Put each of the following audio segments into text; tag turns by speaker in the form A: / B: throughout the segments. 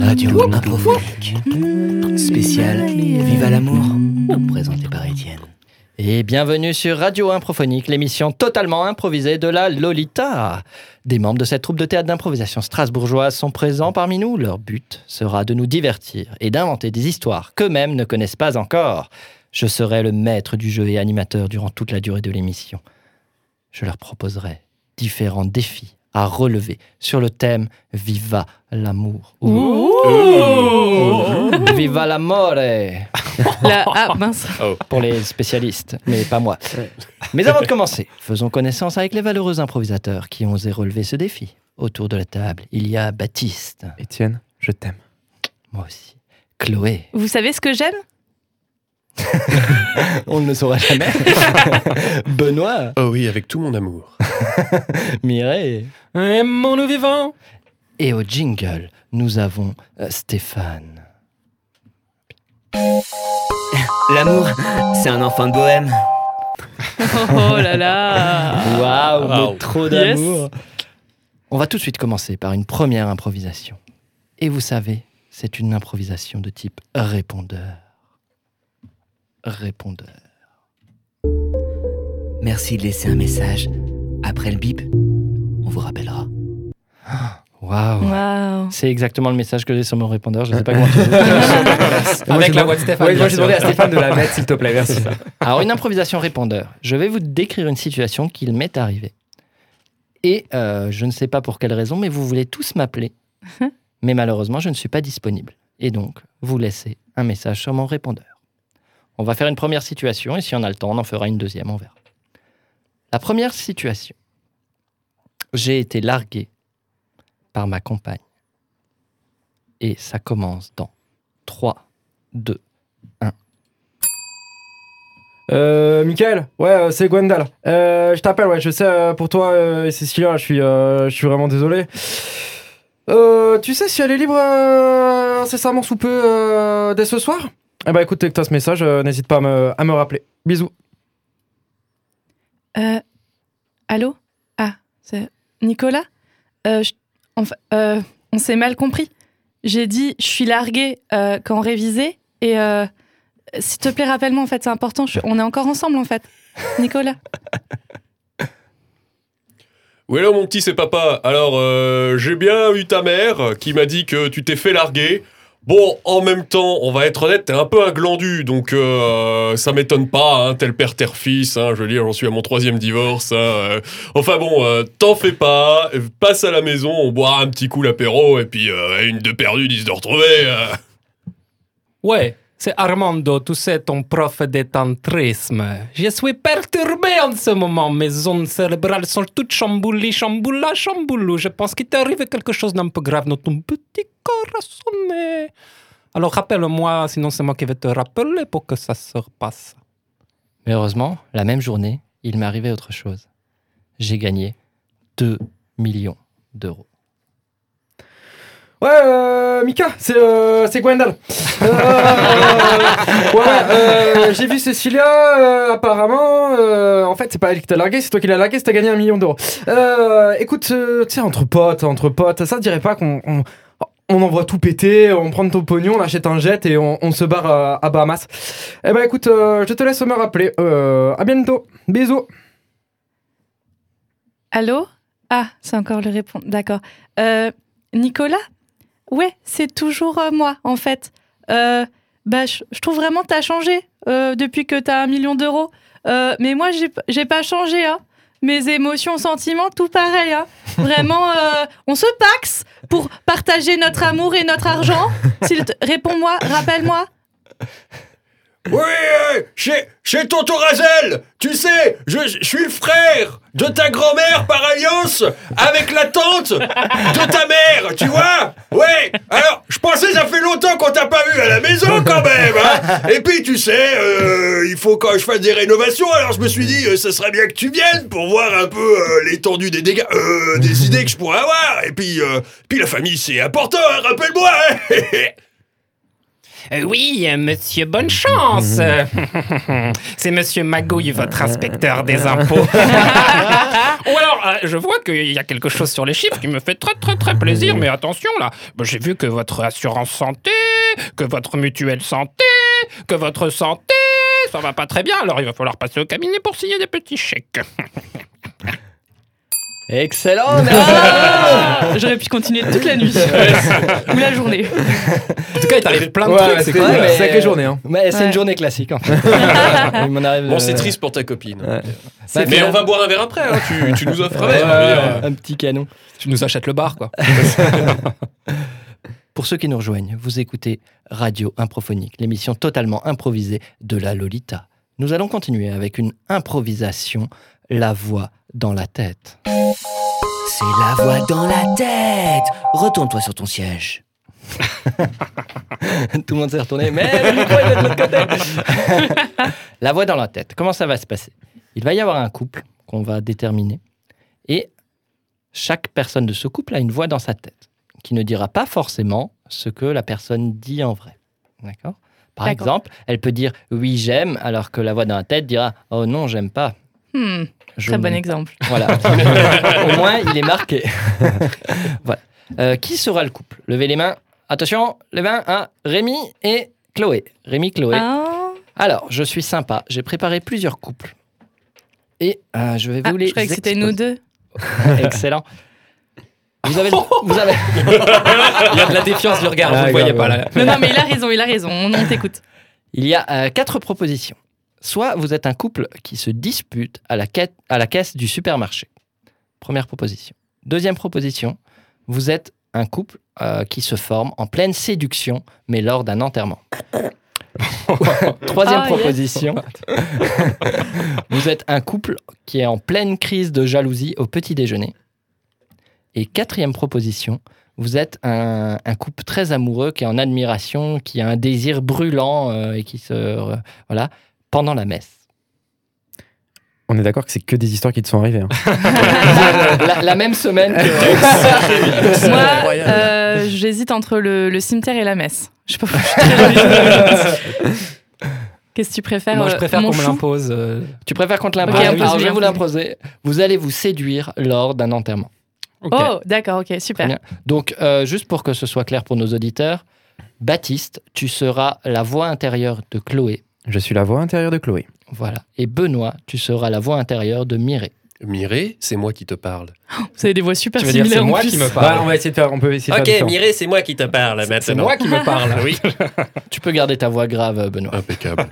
A: Radio Improfolk, spécial Viva l'amour, présenté par Étienne.
B: Et bienvenue sur Radio Improphonique, l'émission totalement improvisée de la Lolita. Des membres de cette troupe de théâtre d'improvisation strasbourgeoise sont présents parmi nous. Leur but sera de nous divertir et d'inventer des histoires qu'eux-mêmes ne connaissent pas encore. Je serai le maître du jeu et animateur durant toute la durée de l'émission. Je leur proposerai différents défis à relever sur le thème Viva l'amour. Ou Viva l'amore
C: La- Ah mince.
B: pour les spécialistes, mais pas moi. Mais avant de commencer, faisons connaissance avec les valeureux improvisateurs qui ont osé relever ce défi. Autour de la table, il y a Baptiste,
D: Étienne, je t'aime.
B: moi aussi, Chloé,
C: Vous savez ce que j'aime
B: on ne le saura jamais, Benoît,
E: Oh oui, avec tout mon amour.
B: Mireille.
D: Aimons-nous vivants
B: Et au jingle, nous avons euh, Stéphane.
A: L'amour, c'est un enfant de bohème.
C: Oh là là.
D: Ah,
B: Waouh, mais
E: Wow.
B: trop
C: Yes.
B: d'amour On va tout de suite commencer par une première improvisation. Et vous savez, c'est une improvisation de type répondeur. Répondeur.
A: Merci de laisser un message. Après le bip, on vous rappellera.
B: Waouh
C: Waouh.
B: C'est exactement le message que j'ai sur mon répondeur. Je ne sais pas comment tu le-
D: Avec la voix de Stéphane. Oui, moi
B: bien
D: j'ai
B: sûr.
D: demandé à Stéphane de la mettre, s'il te plaît, merci.
B: Alors, une improvisation répondeur. Je vais vous décrire une situation qu'il m'est arrivée. Et euh, je ne sais pas pour quelle raison, mais vous voulez tous m'appeler. mais malheureusement, je ne suis pas disponible. Et donc, vous laissez un message sur mon répondeur. On va faire une première situation et si on a le temps, on en fera une deuxième, on verra. La première situation. J'ai été largué par ma compagne. Et ça commence dans 3, 2,
D: Euh, Michael, ouais, euh, c'est Gwendal. Euh, je t'appelle, ouais, je sais, euh, pour toi euh, et Cécilia, là, je suis, euh, je suis vraiment désolé. Euh, tu sais si elle est libre euh, incessamment sous peu euh, dès ce soir Eh bah écoute, dès que t'as ce message, euh, n'hésite pas à me, à me rappeler. Bisous.
C: Euh, allô Ah, c'est Nicolas Euh, je- enfin, euh, On s'est mal compris. J'ai dit je suis larguée euh, quand révisé et euh, s'il te plaît rappelle-moi en fait c'est important. je- on est encore ensemble en fait. Nicolas.
E: Oui, alors mon petit, c'est papa. Alors, euh, j'ai bien eu ta mère qui m'a dit que tu t'es fait larguer. Bon, en même temps, on va être honnête, t'es un peu un glandu, donc euh, ça m'étonne pas, hein, tel père, tel fils, hein, je veux dire, j'en suis à mon troisième divorce. hein, euh. Enfin bon, euh, t'en fais pas, euh, passe à la maison, on boira un petit coup l'apéro, et puis euh, une de perdue, dix de retrouvée. euh.
F: Ouais, c'est Armando, tu sais, ton prof de tantrisme. Je suis perturbé en ce moment, mes ondes cérébrales sont toutes chamboulées, chamboula, chamboulou. Je pense qu'il t'est arrivé quelque chose d'un peu grave dans ton petit corps assommé. Alors rappelle-moi, sinon c'est moi qui vais te rappeler pour que ça se repasse.
B: Mais heureusement, la même journée, il m'est arrivé autre chose. J'ai gagné 2 millions d'euros.
D: Ouais, euh, Mika, c'est euh, c'est Gwendal. Euh, ouais, ouais, euh, j'ai vu Cécilia, euh, apparemment. euh, en fait, c'est pas elle qui t'a largué, c'est toi qui l'as largué, c'est t'as gagné un million d'euros. Euh, écoute, euh, tu sais, entre potes, entre potes, ça te dirait pas qu'on on, on envoie tout péter, on prend ton pognon, on achète un jet et on, on se barre euh, à Bahamas. Eh ben, écoute, euh, je te laisse me rappeler. Euh, à bientôt. Bisous.
C: Allô Ah, c'est encore le répondre. D'accord. Euh, Nicolas Ouais, c'est toujours euh, moi, en fait. Euh, bah, je je trouve vraiment que t'as changé euh, depuis que t'as un million d'euros. Euh, mais moi, j'ai p- j'ai pas changé, hein. Mes émotions, sentiments, tout pareil. hein. Vraiment, euh, on se paxe pour partager notre amour et notre argent. S'il te- Réponds-moi, rappelle-moi.
E: Oui, euh, chez, chez Tonton Razel, tu sais, je, je suis le frère de ta grand-mère par alliance avec la tante de ta mère, tu vois Ouais, alors, je pensais que ça fait longtemps qu'on t'a pas vu à la maison quand même, hein Et puis, tu sais, euh, il faut quand je fasse des rénovations, alors je me suis dit, euh, ça serait bien que tu viennes pour voir un peu euh, l'étendue des dégâts, euh, des idées que je pourrais avoir. Et puis, euh, puis la famille, c'est important, hein, rappelle-moi hein
G: Euh, oui, euh, monsieur Bonne Chance. C'est monsieur Magouille, votre inspecteur des impôts. Ou alors, euh, je vois qu'il y a quelque chose sur les chiffres qui me fait très très très plaisir, mais attention là, Bah, j'ai vu que votre assurance santé, que votre mutuelle santé, que votre santé, ça va pas très bien, alors il va falloir passer au cabinet pour signer des petits chèques.
B: Excellent
C: Ah J'aurais pu continuer toute la nuit. Ou la journée.
G: En tout cas, il est arrivé plein
F: Ouais, ouais, c'était
B: cool, mais-
F: une sacrée journée. Hein.
B: Mais c'est
C: Ouais.
B: une journée classique en fait. Il m'en arrive,
E: Bon,
B: euh,
E: c'est triste pour ta copine.
F: Ouais.
B: bah,
E: Mais on
B: finalement,
E: va boire un verre après, hein, tu, tu nous offres un
B: ouais,
E: verre. je veux dire. euh.
B: un petit canon.
G: Tu nous achètes le bar, quoi.
B: Pour ceux qui nous rejoignent, vous écoutez Radio Improphonique, l'émission totalement improvisée de la Lolita. Nous allons continuer avec une improvisation, la voix dans la tête.
A: C'est la voix dans la tête. Retourne-toi sur ton siège.
B: Tout le monde s'est retourné, mais le micro est de l'autre côté. la voix dans la tête. Comment ça va se passer Il va y avoir un couple qu'on va déterminer. Et chaque personne de ce couple a une voix dans sa tête qui ne dira pas forcément ce que la personne dit en vrai. D'accord Par
C: D'accord.
B: exemple, elle peut dire oui, j'aime, alors que la voix dans la tête dira oh non, j'aime pas.
C: Hmm,
B: Je
C: très bon
B: n'aime
C: exemple.
B: voilà. Au moins, il est marqué. voilà. Euh, qui sera le couple Levez les mains. Attention, les mains à Rémi et Chloé. Rémi, Chloé.
C: Ah,
B: Alors, je suis sympa. J'ai préparé plusieurs couples. Et euh, je vais vous
C: Ah,
B: les.
C: je croyais que c'était nous
B: exposer.
C: deux.
B: Excellent. Vous avez, le- vous avez-
G: Il y a de la défiance du regard,
F: Ah,
G: vous ne voyez
F: grave,
G: pas
F: ouais.
G: là.
C: Non, non, mais il a raison, il a raison. On, on t'écoute.
B: Il y a euh, quatre propositions. Soit vous êtes un couple qui se dispute à la, quête- à la caisse du supermarché. Première proposition. Deuxième proposition, vous êtes un couple euh, qui se forme en pleine séduction, mais lors d'un enterrement. Troisième
C: Ah, yes.
B: proposition, vous êtes un couple qui est en pleine crise de jalousie au petit déjeuner. Et quatrième proposition, vous êtes un, un couple très amoureux qui est en admiration, qui a un désir brûlant euh, et qui se. euh, voilà, pendant la messe.
D: On est d'accord que c'est que des histoires qui te sont arrivées. hein.
B: la, la même semaine que.
C: Moi, euh, j'hésite entre le, le cimetière et la messe. Je sais pas. pourquoi. Qu'est-ce que tu préfères
G: Moi, je
C: euh,
G: préfère
C: mon
G: qu'on me
C: chou
G: l'impose. euh,
B: tu préfères qu'on te l'impose
C: Ok,
B: Alors,
C: impose-lui,
B: je vais vous
C: impose-lui.
B: l'imposer. Vous allez vous séduire lors d'un enterrement.
G: ok.
C: Oh, d'accord, ok, super.
B: Bien. Donc, euh, juste pour que ce soit clair pour nos auditeurs, Baptiste, tu seras la voix intérieure de Chloé.
D: Je suis la voix intérieure de Chloé.
B: Voilà. Et Benoît, tu seras la voix intérieure de Mireille.
E: Miré, c'est moi qui te parle.
C: Vous avez des voix super
G: Tu veux dire, c'est
C: similaires. en
G: moi
C: plus.
G: qui me parle.
D: Bah, on va essayer de faire. On peut essayer de faire différent.
E: Miré, c'est moi qui te parle
G: C'est moi qui me parle. oui.
B: Tu peux garder ta voix grave, euh, Benoît.
E: Impeccable.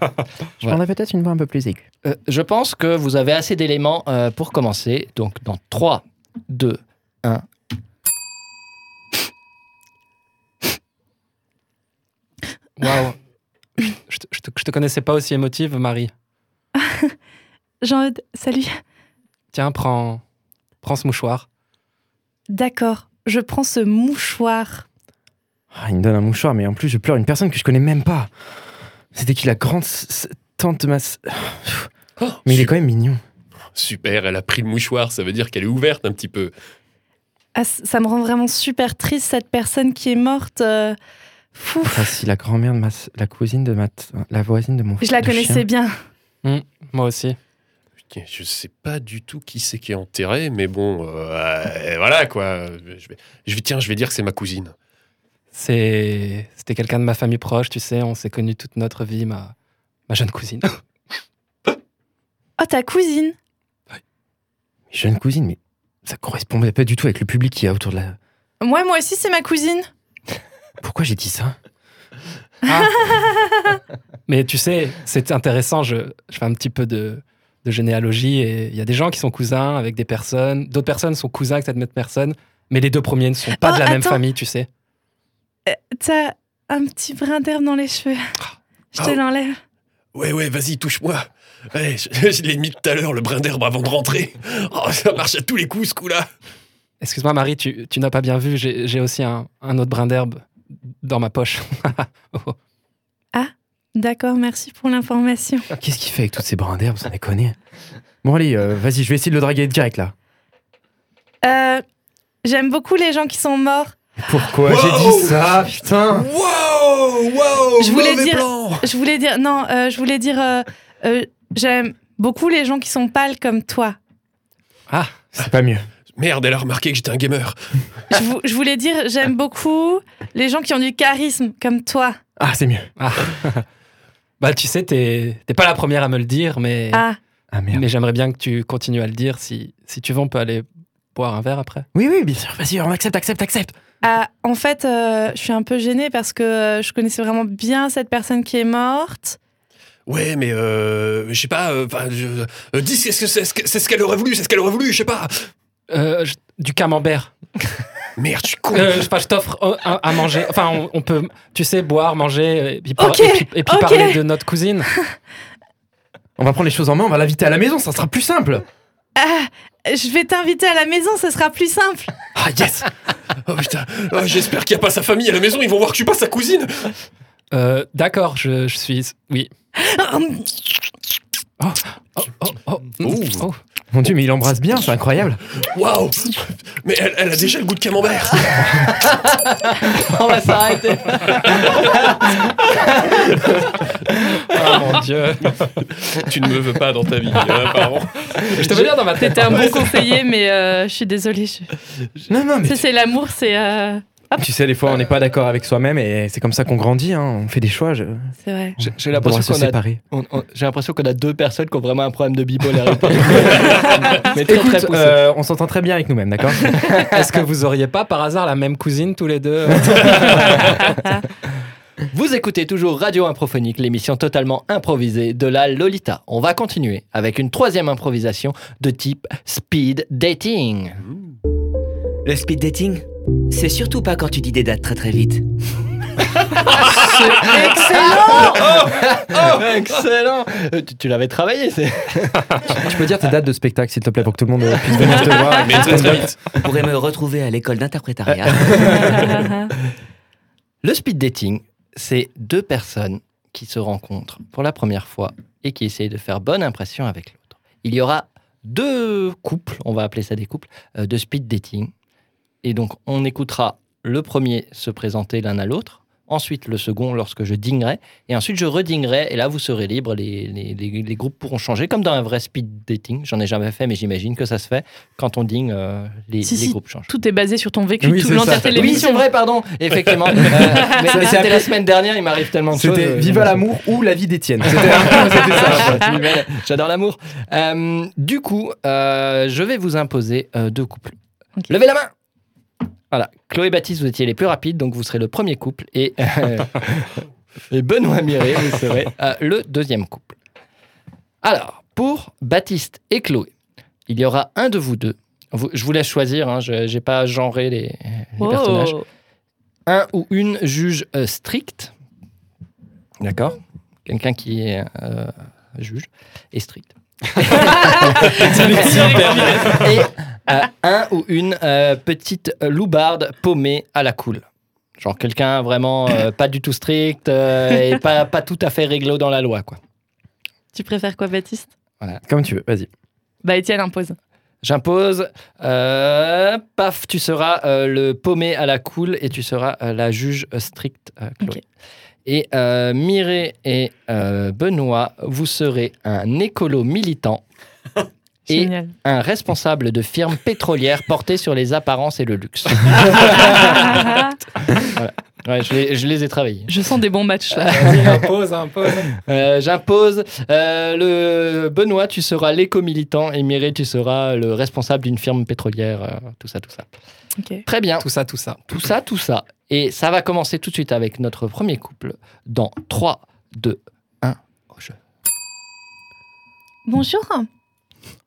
D: Je prendrais peut-être une voix un peu plus aiguë.
B: Euh, je pense que vous avez assez d'éléments euh, pour commencer. Donc, dans 3, 2, 1.
G: Waouh. Je, te- je te- je te connaissais pas aussi émotive, Marie.
C: Jean-Aude, salut.
G: Tiens, prends, prends ce mouchoir.
C: D'accord, je prends ce mouchoir.
D: Ah, il me donne un mouchoir, mais en plus, je pleure une personne que je connais même pas. C'était qui la grande s- s- tante de ma. s-
C: Oh,
D: Mais il est quand même mignon.
E: Super, elle a pris le mouchoir, ça veut dire qu'elle est ouverte un petit peu.
C: Ah, c- ça me rend vraiment super triste, cette personne qui est morte. euh, Fou.
D: Enfin, si la grand-mère de ma. s- La cousine de ma. t- La voisine de mon.
C: Je la
D: de
C: connaissais
D: chien.
C: bien.
G: Moi aussi.
E: Putain, Je sais pas du tout qui c'est qui est enterré, mais bon, euh, euh, voilà quoi. Je vais, je vais- tiens, je vais dire que c'est ma cousine.
G: C'est, c'était quelqu'un de ma famille proche, tu sais. On s'est connus toute notre vie, ma, ma jeune cousine.
C: Oh, ta cousine.
D: Jeune cousine, mais ça correspondait pas du tout avec le public qu'il y a autour de la.
C: Moi, moi aussi, c'est ma cousine.
D: Pourquoi j'ai dit ça
G: Ah. Mais tu sais, c'est intéressant. Je, je fais un petit peu de, de généalogie et il y a des gens qui sont cousins avec des personnes. D'autres personnes sont cousins avec cette même personne. Mais les deux premiers ne sont pas
C: Oh,
G: de la même
C: attends. Euh,
G: famille, tu sais. Ah.
C: T'as un petit brin d'herbe dans les cheveux. Je te
E: Oh.
C: l'enlève.
E: Ouais, ouais, vas-y, touche-moi. Ouais, je je l'ai mis tout à l'heure, le brin d'herbe, avant de rentrer. Oh, ça marche à tous les coups, ce coup-là.
G: Excuse-moi, Marie, tu, tu n'as pas bien vu, j'ai j'ai aussi un, un autre brin d'herbe dans ma poche. Oh.
C: D'accord, merci pour l'information.
D: Qu'est-ce qu'il fait avec toutes ces brins d'herbe, ça déconne Bon, allez, euh, vas-y, je vais essayer de le draguer direct là.
C: Euh, J'aime beaucoup les gens qui sont morts.
D: Pourquoi
E: Wow
D: j'ai dit ça Putain
E: Wow, wow,
C: Je voulais
E: mauvais
C: dire-
E: plan.
C: Je voulais dire, non, euh, je voulais dire, euh, euh, j'aime beaucoup les gens qui sont pâles comme toi.
D: C'est pas mieux.
E: Merde, elle a remarqué que j'étais un gamer.
C: Je, vou- je voulais dire, j'aime beaucoup les gens qui ont du charisme comme toi.
D: Ah, c'est mieux.
G: Bah, tu sais, t'es t'es pas la première à me le dire, mais,
C: Ah,
D: Ah merde.
G: mais j'aimerais bien que tu continues à le dire. Si, si tu veux, on peut aller boire un verre après.
D: Oui, oui, bien sûr, vas-y, on accepte, accepte, accepte.
C: ah, en fait, euh, je suis un peu gênée parce que euh, je connaissais vraiment bien cette personne qui est morte.
E: Ouais, mais euh, je sais pas, euh, enfin, je- euh, dis ce que c'est ce que- c'est ce qu'elle aurait voulu, c'est ce qu'elle aurait voulu, je sais pas.
G: Euh, je- du camembert.
E: Merde, je suis con.
G: Euh, je- enfin, je t'offre euh, à, à manger. Enfin, on, on peut, tu sais, boire, manger, et puis, par-
C: Ok,
G: et puis- et puis
C: ok.
G: parler de notre cousine.
D: On va prendre les choses en main, on va l'inviter à la maison, ça sera plus simple.
C: Ah, je vais t'inviter à la maison, ce sera plus simple.
D: Ah yes
E: Oh putain, Oh, j'espère qu'il n'y a pas sa famille à la maison, ils vont voir que je suis pas sa cousine.
G: Euh, D'accord, je, je suis. Oui. Oh, oh, oh.
E: Ouh.
G: Oh.
D: Mon dieu, mais il embrasse bien, c'est incroyable.
E: Waouh Mais elle, elle a déjà le goût de camembert.
B: On va s'arrêter.
G: Ah, mon dieu.
E: tu ne me veux pas dans ta vie, hein, apparemment.
G: Je te veux dire dans ma tête.
C: T'es un bon conseiller, mais euh, je suis désolée. je-
D: Non, non, mais
C: Ça, c'est l'amour, c'est. euh,
D: tu sais, des fois, on n'est pas d'accord avec soi-même et c'est comme ça qu'on grandit, hein. on fait des choix. Je...
C: C'est vrai.
B: J'ai- J'ai
D: on devra
B: l'impression
D: se
B: qu'on a,
D: séparer.
B: on- on- j'ai l'impression qu'on a deux personnes qui ont vraiment un problème de bipolarité. Mais très, très
D: Écoute,
B: poussé.
D: euh, on s'entend très bien avec nous-mêmes, d'accord
C: Ah,
G: Est-ce que vous auriez pas par hasard la même cousine tous les deux
B: Vous écoutez toujours Radio Improphonique, l'émission totalement improvisée de la Lolita. On va continuer avec une troisième improvisation de type speed dating.
A: Le speed dating C'est surtout pas quand tu dis des dates très très vite.
B: Excellent Euh, Tu, tu l'avais travaillé, c'est...
D: Je peux dire tes dates de spectacle, s'il te plaît, pour que tout le monde euh, puisse venir te voir.
E: Mais très très vite.
A: Vous pourrez me retrouver à l'école d'interprétariat.
B: Le speed dating, c'est deux personnes qui se rencontrent pour la première fois et qui essayent de faire bonne impression avec l'autre. Il y aura deux couples, on va appeler ça des couples, euh, de speed dating. Et donc, on écoutera le premier se présenter l'un à l'autre, ensuite le second lorsque je dinguerai, et ensuite je redinguerai, et là vous serez libres, les, les- les- les groupes pourront changer, comme dans un vrai speed dating. J'en ai jamais fait, mais j'imagine que ça se fait. Quand on dingue, euh, les,
C: Si,
B: les
C: si.
B: groupes changent.
C: Tout est basé sur ton vécu,
D: Oui,
C: tout
D: c'est ça.
C: l'entièreté de
B: Oui, c'est
C: l'émission.
B: vrai, pardon, effectivement. Euh, mais
D: C'est- c'est
B: c'était
D: après-
B: la semaine dernière, il m'arrive tellement de choses.
D: C'était
B: euh,
D: Viva
B: je-
D: l'amour ou la vie d'Étienne. C'était c'était ça.
B: Viva- J'adore l'amour. Euh, du coup, euh, je vais vous imposer euh, deux couples.
C: Ok.
B: Levez la main Voilà, Chloé et Baptiste, vous étiez les plus rapides, donc vous serez le premier couple. Et, euh, et Benoît Miret, vous serez euh, le deuxième couple. Alors, pour Baptiste et Chloé, il y aura un de vous deux. Vous- je vous laisse choisir, hein, je n'ai pas genré les, les personnages
C: Oh.
B: un ou une juge euh, stricte. D'accord Quelqu'un qui est euh, juge et strict. et euh, un ou une euh, petite loubarde paumée à la cool. Genre quelqu'un vraiment euh, pas du tout strict euh, et pas, pas tout à fait réglo dans la loi. quoi.
C: Tu préfères quoi, Baptiste
D: Comme tu veux, vas-y.
C: Bah, Étienne impose.
B: J'impose, euh, paf, tu seras euh, le paumé à la cool et tu seras euh, la juge euh, stricte, euh, Chloé.
C: Ok.
B: Et euh, Mireille et euh, Benoît, vous serez un écolo militant et
C: Génial.
B: un responsable de firme pétrolière porté sur les apparences et le luxe. Ouais, je, les, je les ai travaillés.
C: je sens des bons matchs. là.
G: Impose, impose.
B: Euh, J'impose, euh, le Benoît, tu seras l'éco-militant et Mireille, tu seras le responsable d'une firme pétrolière, euh, tout ça, tout ça.
C: Ok.
B: Très bien.
G: Tout ça, tout ça.
B: Tout ça, tout ça. Et ça va commencer tout de suite avec notre premier couple dans 3, 2, 1. Au jeu.
C: Bonjour.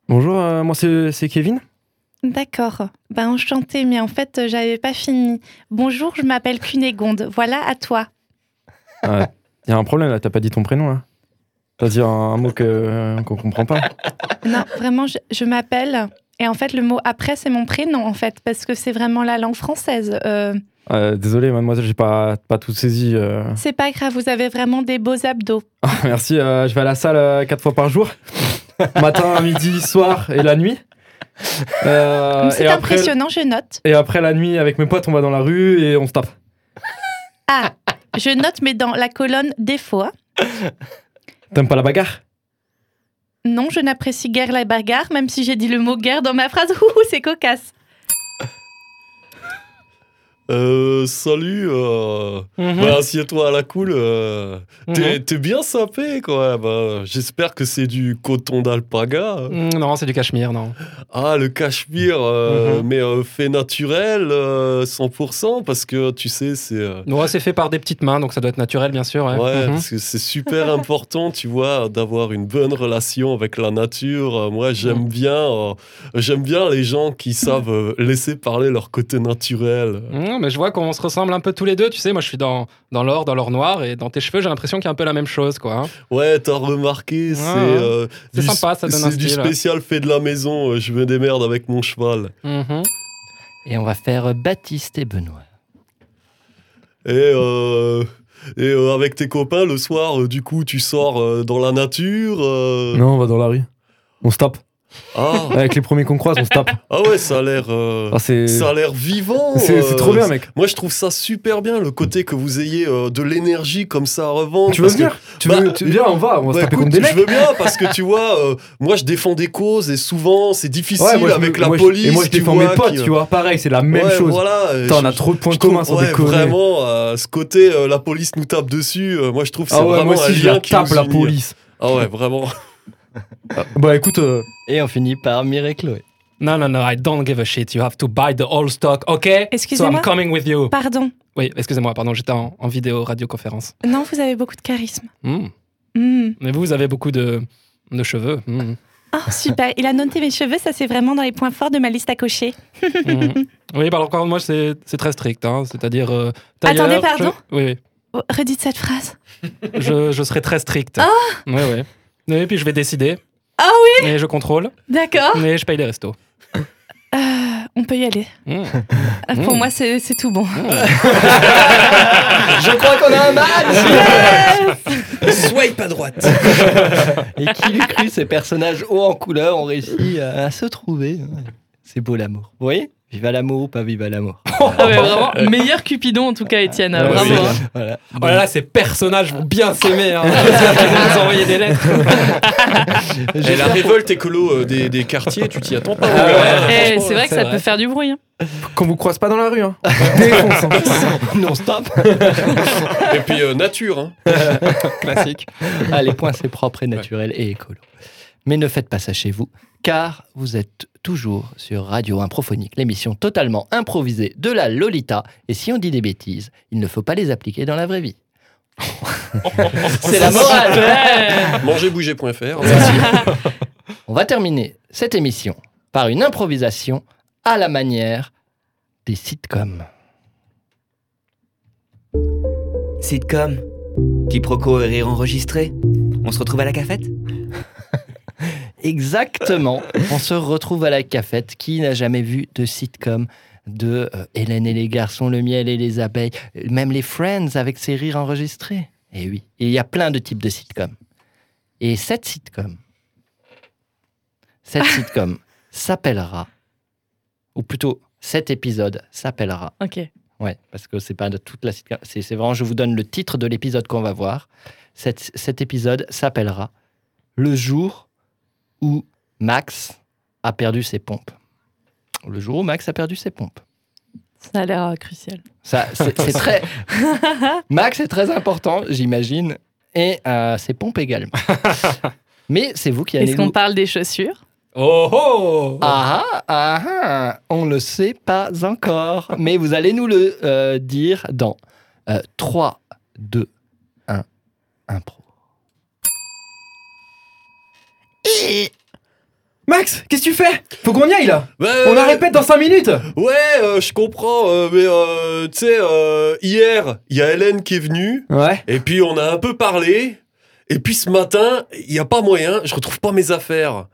D: Bonjour, euh, moi c'est c'est Kevin.
C: D'accord. Bah, enchantée, mais en fait, euh, j'avais pas fini. Bonjour, je m'appelle Cunégonde. Voilà à toi.
D: Il y a un problème là, t'as pas dit ton prénom là. T'as dit un, un mot que, euh, qu'on comprend pas.
C: Non, vraiment, je, je m'appelle. Et en fait, le mot après, c'est mon prénom, en fait, parce que c'est vraiment la langue française. Euh,
D: Euh, désolé, mademoiselle, j'ai pas, pas tout saisi. euh.
C: c'est pas grave, vous avez vraiment des beaux abdos.
D: Merci, euh, je vais à la salle euh, quatre fois par jour. Matin, midi, soir et la nuit. Euh,
C: Comme c'est
D: et, après,
C: impressionnant, je note.
D: et après la nuit, avec mes potes, on va dans la rue et on se tape.
C: Ah, je note, mais dans la colonne défaut. hein.
D: T'aimes pas la bagarre
C: Non, je n'apprécie guère la bagarre, même si j'ai dit le mot guerre dans ma phrase. Ouh, c'est cocasse.
E: Euh, salut, euh,
G: Mhm.
E: bah, assieds-toi à la cool. euh, T'es t'es bien sapé, quoi. Bah, J'espère que c'est du coton d'alpaga.
G: Mm, Non, c'est du cachemire, non.
E: Ah, le cachemire, euh,
G: Mhm.
E: mais euh, fait naturel, euh, 100%, parce que tu sais, c'est. euh,
G: Ouais, c'est fait par des petites mains, donc ça doit être naturel, bien sûr. ouais.
E: Ouais,
G: Mhm.
E: parce que c'est super important, tu vois, d'avoir une bonne relation avec la nature. Euh, Moi,
G: Mhm.
E: j'aime bien, euh, j'aime bien les gens qui savent euh, laisser parler leur côté naturel.
G: Non, Mmh, mais je vois qu'on se ressemble un peu tous les deux, tu sais. Moi, je suis dans, dans l'or, dans l'or noir, et dans tes cheveux, j'ai l'impression qu'il y a un peu la même chose, quoi. hein.
E: Ouais, t'as remarqué, c'est
G: ouais.
E: euh,
G: C'est
E: du-
G: sympa, ça donne un
E: c'est du
G: style.
E: spécial fait de la maison. euh, Je me démerde avec mon cheval.
G: Mhm.
B: Et on va faire euh, Baptiste et Benoît.
E: Et, euh, et euh, avec tes copains, le soir, euh, du coup, tu sors euh, dans la nature. euh,
D: Non, on va dans la rue. On se tape.
E: Ah,
D: Avec les premiers qu'on croise, on se tape.
E: ah ouais, ça a l'air, euh,
D: Ah, c'est,
E: ça a l'air vivant.
D: c'est, c'est
E: euh,
D: trop bien, mec.
E: Moi, je trouve ça super bien, le côté que vous ayez euh, de l'énergie comme ça à revendre.
D: Tu veux
E: parce que-
D: venir tu,
E: bah,
D: veux, tu- Viens, on va, on va
E: Bah,
D: se taper
E: écoute,
D: contre des
E: je
D: mecs.
E: veux bien parce que tu vois, euh, moi je défends des causes et souvent c'est difficile
D: Ouais, moi, je-
E: avec la
D: moi, je-
E: police.
D: Et moi, je
E: tu
D: défends
E: vois,
D: mes potes,
E: qui, euh,
D: tu vois. Pareil, c'est la même
E: ouais,
D: chose.
E: Voilà, euh,
D: Putain,
E: je-
D: on a trop de points
E: je trouve-
D: communs sans
E: ouais,
D: déconner.
E: vraiment, euh, ce côté, euh, la police nous tape dessus, euh, moi je trouve que c'est
D: Ah ouais,
E: vraiment
D: moi aussi,
E: un
D: je
E: lien
D: la
E: qui
D: tape
E: nous
D: la
E: unit.
D: police.
E: Ah ouais, vraiment.
D: Bah écoute, euh,
B: Et on finit par Mireille Chloé.
G: Non, non, non, I don't give a shit. You have to buy the whole stock, ok? So
C: Excusez-moi.
G: I'm coming with you.
C: Pardon.
G: Oui, excusez-moi, pardon, j'étais en, en vidéo, radioconférence.
C: Non, vous avez beaucoup de charisme.
G: Mm.
C: Hmm.
G: Mais vous, vous avez beaucoup de, de cheveux. Mm.
C: Oh, super. Il a noté mes cheveux, ça c'est vraiment dans les points forts de ma liste à cocher.
G: Mhm. Oui, par contre, moi, c'est c'est très strict. hein. C'est-à-dire. euh, tailleur,
C: Attendez, pardon
G: je- Oui,
C: Oh, Redites cette phrase.
G: oui. Je, je serai très strict.
C: Ah
G: Oui, oui. Et puis, je vais décider.
C: Ah
G: oui Et je contrôle.
C: D'accord.
G: Mais je paye les restos.
C: Euh, on peut y aller.
G: Mm.
C: Ah,
G: Mm.
C: Pour moi, c'est c'est tout bon.
B: Je crois qu'on a un match
C: Yes
A: Swipe à droite.
B: Et qui l'eût cru, ces personnages hauts en couleur ont réussi à, à se trouver. Ouais. C'est beau l'amour. Vous voyez Viva l'amour ou pas viva l'amour
C: Ah ouais, vraiment, meilleur Cupidon en tout cas, Étienne.
G: Ouais,
C: bravo.
G: oui.
C: hein.
B: Voilà.
G: Oh là là, ces personnages vont bien s'aimer. Hein. J'espère qu'ils vont nous envoyer des lettres.
E: Et la
B: J'espère qu'on-
E: révolte écolo euh, des, des quartiers, tu t'y attends pas.
G: Ah ouais.
C: Eh, c'est vrai que
G: C'est
C: ça
G: vrai.
C: peut faire du bruit. hein.
D: qu'on vous croise pas dans la rue, hein. Défonce, hein.
B: non-stop.
E: Et puis euh, nature. hein.
G: Classique.
B: Ah, les points, c'est propre et naturel et écolo. Mais ne faites pas ça chez vous, car vous êtes toujours sur Radio Improphonique, l'émission totalement improvisée de la Lolita. Et si on dit des bêtises, il ne faut pas les appliquer dans la vraie vie. c'est la morale.
E: Mangerbouger.fr.
B: On va terminer cette émission par une improvisation à la manière des sitcoms.
A: Sitcom. Quiproquo et rire enregistré. On se retrouve à la cafette
B: Exactement. On se retrouve à la cafette. Qui n'a jamais vu de sitcom de euh, Hélène et les garçons, le miel et les abeilles, euh, même les Friends avec ses rires enregistrés Et oui, il y a plein de types de sitcoms. Et cette sitcom, cette sitcom s'appellera, ou plutôt cet épisode s'appellera
C: Ok.
B: Ouais, parce que c'est pas de toute la sitcom. C'est c'est vraiment, je vous donne le titre de l'épisode qu'on va voir. Cet, cet épisode s'appellera Le jour où Max a perdu ses pompes. Le jour où Max a perdu ses pompes.
C: Ça a l'air euh, crucial.
B: Ça, c'est c'est très. Max est très important, j'imagine, et euh, ses pompes également. Mais c'est vous qui allez.
C: Est-ce qu'on
B: nous-
C: parle des chaussures
G: Oh oh
B: Ah ah, ah ah, on le sait pas encore, mais vous allez nous le euh, dire dans euh, 3, 2, 1, impro.
D: Max, qu'est-ce que tu fais Faut qu'on y aille là
E: Ouais,
D: On
E: ouais,
D: la répète dans 5 minutes
E: Ouais, euh, je comprends, euh, mais euh, tu sais, euh, hier, il y a Hélène qui est venue,
D: Ouais.
E: et puis on a un peu parlé, Et puis ce matin, il n'y a pas moyen, je retrouve pas mes affaires.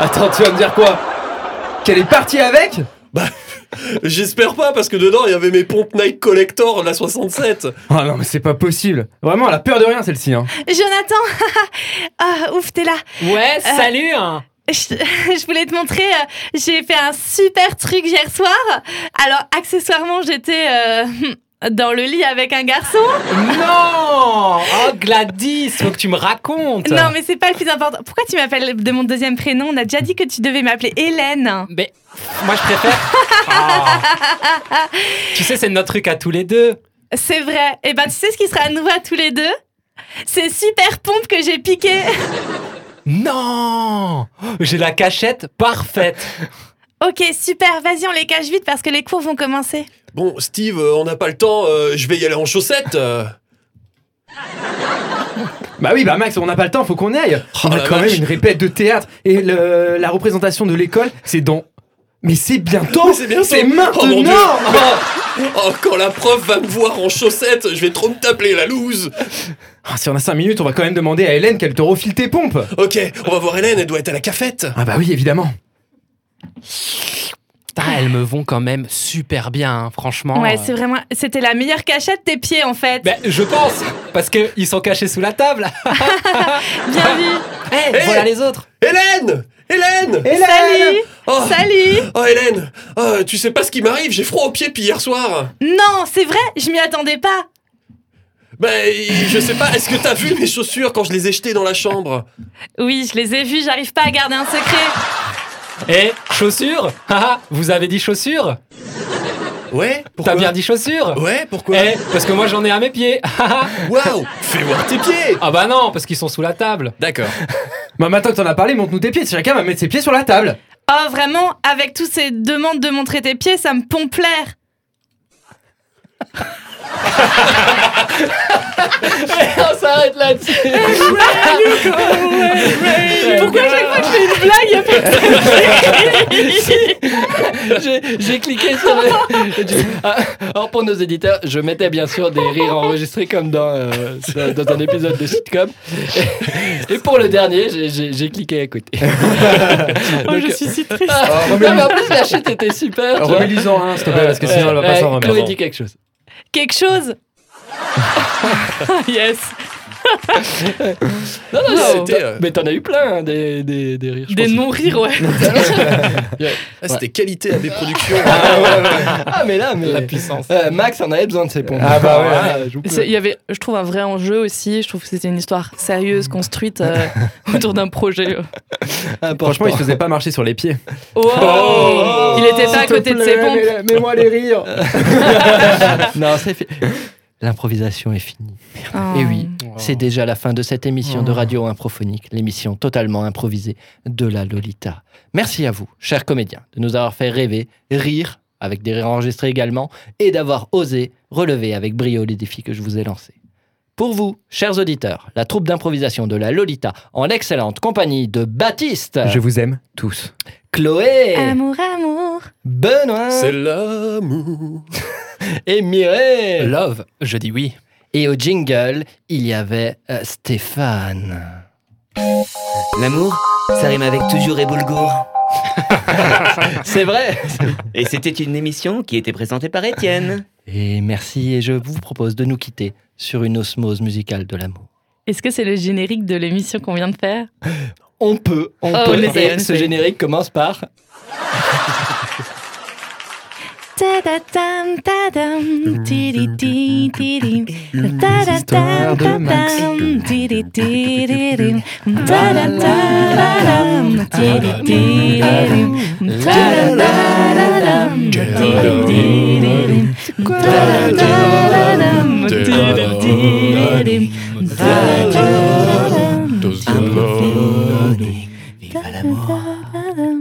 F: Attends, tu vas me dire quoi Qu'elle est partie avec
E: J'espère pas, parce que dedans, il y avait mes pompes Nike Collector, la 67.
D: Ah non, mais c'est pas possible. Vraiment, elle a peur de rien celle-ci. Hein.
C: Jonathan Ah, ouf, t'es là Euh,
G: Ouais, salut hein.
C: je, je voulais te montrer, euh, j'ai fait un super truc hier soir. Alors, accessoirement, j'étais euh, dans le lit avec un garçon.
G: Ah, Non Oh Gladys, faut que tu me racontes
C: Non, mais c'est pas le plus important. Pourquoi tu m'appelles de mon deuxième prénom On a déjà dit que tu devais m'appeler Hélène.
G: Mais moi je préfère. Ah. Tu sais, c'est notre truc à tous les deux.
C: C'est vrai. Et ben, tu sais ce qui sera nouveau à tous les deux C'est super pompe que j'ai piqué.
G: Non J'ai la cachette parfaite.
C: Ok, super. Vas-y, on les cache vite parce que les cours vont commencer.
E: Bon, Steve, euh, on n'a pas le temps, euh, je vais y aller en chaussettes. euh.
F: Bah oui, bah Max, on n'a pas le temps, faut qu'on y aille.
E: Oh
F: on a
E: la
F: quand même
E: vache.
F: une répète de théâtre et le- la représentation de l'école, c'est dans. Mais c'est bientôt.
E: Oui, c'est bientôt.
F: C'est
E: Oh, mon Dieu.
F: maintenant.
E: Oh, oh, quand la prof va me voir en chaussettes, je vais trop me taper la loose.
F: Ah, si on a 5 minutes, on va quand même demander à Hélène qu'elle te refile tes pompes.
E: Ok, on va voir Hélène, elle doit être à la cafette.
F: Ah bah oui, évidemment.
G: Putain, elles me vont quand même super bien, hein, franchement.
C: Ouais, c'est vraiment. C'était la meilleure cachette tes pieds en fait.
G: Ben, je pense, parce qu'ils sont cachés sous la table.
C: Bien vu.
G: Eh, voilà les autres.
E: Hélène Hélène
C: Salut.
E: oh,
C: Salut.
E: oh, Hélène Oh, Tu sais pas ce qui m'arrive, j'ai froid aux pieds depuis hier soir.
C: Non, c'est vrai. Je m'y attendais pas.
E: Ben, je sais pas, est-ce que t'as vu mes chaussures quand je les ai jetées dans la chambre
C: Oui, je les ai vus. J'arrive pas à garder un secret.
G: Eh, chaussures Haha, Vous avez dit chaussures
E: Ouais
G: T'as
E: pourquoi
G: bien dit chaussures
E: Ouais, pourquoi
G: Eh, parce que moi j'en ai à mes pieds. Haha.
E: Waouh Fais voir tes pieds
G: ah bah non, parce qu'ils sont sous la table.
E: D'accord.
F: Bah maintenant que t'en as parlé, monte-nous tes pieds. Chacun va mettre ses pieds sur la table.
C: Oh vraiment, avec toutes ces demandes de montrer tes pieds, ça me pompe l'air.
G: On s'arrête là-dessus.
C: Pourquoi à chaque fois que je fais une blague, y a pas
B: J'ai j'ai cliqué sur. le- j'ai- Ah, alors pour nos éditeurs, je mettais bien sûr des rires enregistrés comme dans, euh, dans un épisode de sitcom. Et, et pour le dernier, j'ai- j'ai j'ai cliqué à côté.
C: Oh,
B: je suis si triste. mais en plus, la chute était super. tu vois. Euh,
F: Relis-en un, Ah, hein, s'il te plaît, parce que sinon elle va
B: Ouais,
F: pas s'en remettre.
B: Chloé dit quelque chose.
C: quelque chose. yes.
B: Non, non, non,
E: C'était,
B: t'en-
E: euh,
B: Mais t'en as eu plein hein, des, des, des rires. je
C: Des
B: pense.
C: non-rires, ouais.
E: Ah, C'était qualité à des productions.
B: Ah, mais là, mais.
G: La puissance.
B: Euh, Max en avait besoin de ses pompes.
F: Ah bah ouais.
B: ouais. je vous
C: C'est- Il y avait, je trouve, un vrai enjeu aussi. Je trouve que c'était une histoire sérieuse, construite euh, autour d'un projet. euh,
B: Un porte-
D: Franchement, il se faisait pas marcher sur les pieds.
C: Oh,
E: Oh.
C: Il était pas à côté de ses
B: Oh.
C: pompes.
F: Mets-moi les rires.
B: non, c'est fi- L'improvisation est finie.
C: Oh.
B: Eh oui, c'est déjà la fin de cette émission de Radio Improphonique, l'émission totalement improvisée de la Lolita. Merci à vous, chers comédiens, de nous avoir fait rêver, rire, avec des rires enregistrés également, et d'avoir osé relever avec brio les défis que je vous ai lancés. Pour vous, chers auditeurs, la troupe d'improvisation de la Lolita, en l'excellente compagnie de Baptiste,
D: Je vous aime tous.
B: Chloé,
C: Amour, amour.
B: Benoît
E: C'est l'amour.
B: et Mireille.
G: Love, je dis oui.
B: Et au jingle, il y avait euh, Stéphane.
A: L'amour, ça rime avec toujours et boulgour.
B: C'est vrai
A: Et c'était une émission qui était présentée par Étienne.
B: Et merci, et je vous propose de nous quitter sur une osmose musicale de l'amour.
C: Est-ce que c'est le générique de l'émission qu'on vient de faire
B: On peut, on
C: Oh,
B: peut.
C: on essaye,
B: Et
C: on
B: ce
C: essaye.
B: générique commence par
C: Ta-da-tam, ta-dam, tiri-ti, tiri. Ta-da-tam, ta-dam, tiri-tiri. Ta-da-ta-da-dam, tiri-tiri. Ta-da-da-da-dam, tiri-tiri. Ta-da-da-da-dam, tiri-tiri. Ta-da-da-da-dam,
E: Does your love-
A: Vive l'amour.
C: ta-dam.